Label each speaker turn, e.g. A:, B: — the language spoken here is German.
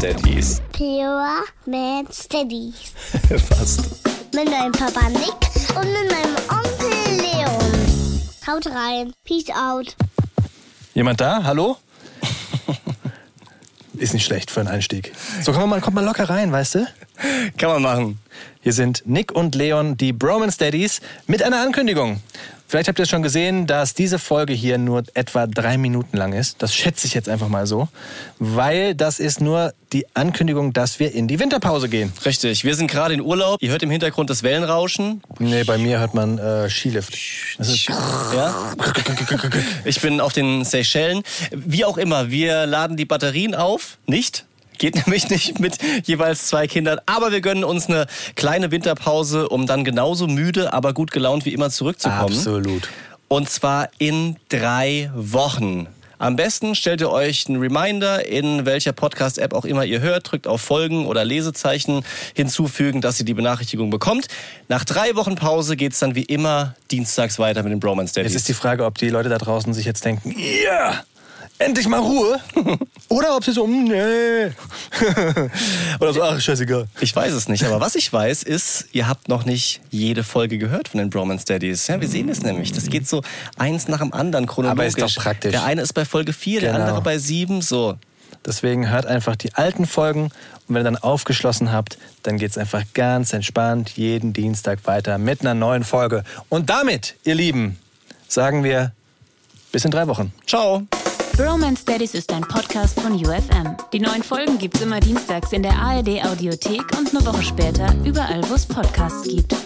A: Daddies.
B: Pure Man Studies.
A: Fast.
B: Mit meinem Papa Nick und mit meinem Onkel Leon. Haut rein. Peace out.
A: Jemand da? Hallo? Ist nicht schlecht für einen Einstieg. So kommt man, kommt man locker rein, weißt du?
C: Kann man machen.
A: Hier sind Nick und Leon, die Bromance Daddies, mit einer Ankündigung. Vielleicht habt ihr es schon gesehen, dass diese Folge hier nur etwa drei Minuten lang ist. Das schätze ich jetzt einfach mal so, weil das ist nur die Ankündigung, dass wir in die Winterpause gehen.
C: Richtig. Wir sind gerade in Urlaub. Ihr hört im Hintergrund das Wellenrauschen.
A: Nee, bei mir hört man äh, Skilift. Das ist
C: Ja? Ich bin auf den Seychellen. Wie auch immer, wir laden die Batterien auf. Nicht? Geht nämlich nicht mit jeweils zwei Kindern. Aber wir gönnen uns eine kleine Winterpause, um dann genauso müde, aber gut gelaunt wie immer zurückzukommen.
A: absolut.
C: Und zwar in drei Wochen. Am besten stellt ihr euch einen Reminder, in welcher Podcast-App auch immer ihr hört, drückt auf Folgen oder Lesezeichen hinzufügen, dass ihr die Benachrichtigung bekommt. Nach drei Wochen Pause geht's dann wie immer dienstags weiter mit den Bromance
A: Jetzt ist
C: Daddies.
A: die Frage, ob die Leute da draußen sich jetzt denken, ja, endlich mal Ruhe. Oder ob sie so, "Mm, nee. Oder so, ach, scheißegal.
C: Ich weiß es nicht, aber was ich weiß ist, ihr habt noch nicht jede Folge gehört von den Bromance Daddies. Ja, wir sehen es nämlich. Das geht so eins nach dem anderen chronologisch.
A: Aber ist doch praktisch.
C: Der eine ist bei Folge vier, der
A: Genau.
C: andere bei sieben. so.
A: Deswegen hört einfach die alten Folgen und wenn ihr dann aufgeschlossen habt, dann geht's einfach ganz entspannt jeden Dienstag weiter mit einer neuen Folge. Und damit, ihr Lieben, sagen wir bis in drei Wochen.
C: Ciao.
D: Bromance Daddies ist ein Podcast von UFM. Die neuen Folgen gibt's immer dienstags in der ARD Audiothek und eine Woche später überall, wo es Podcasts gibt.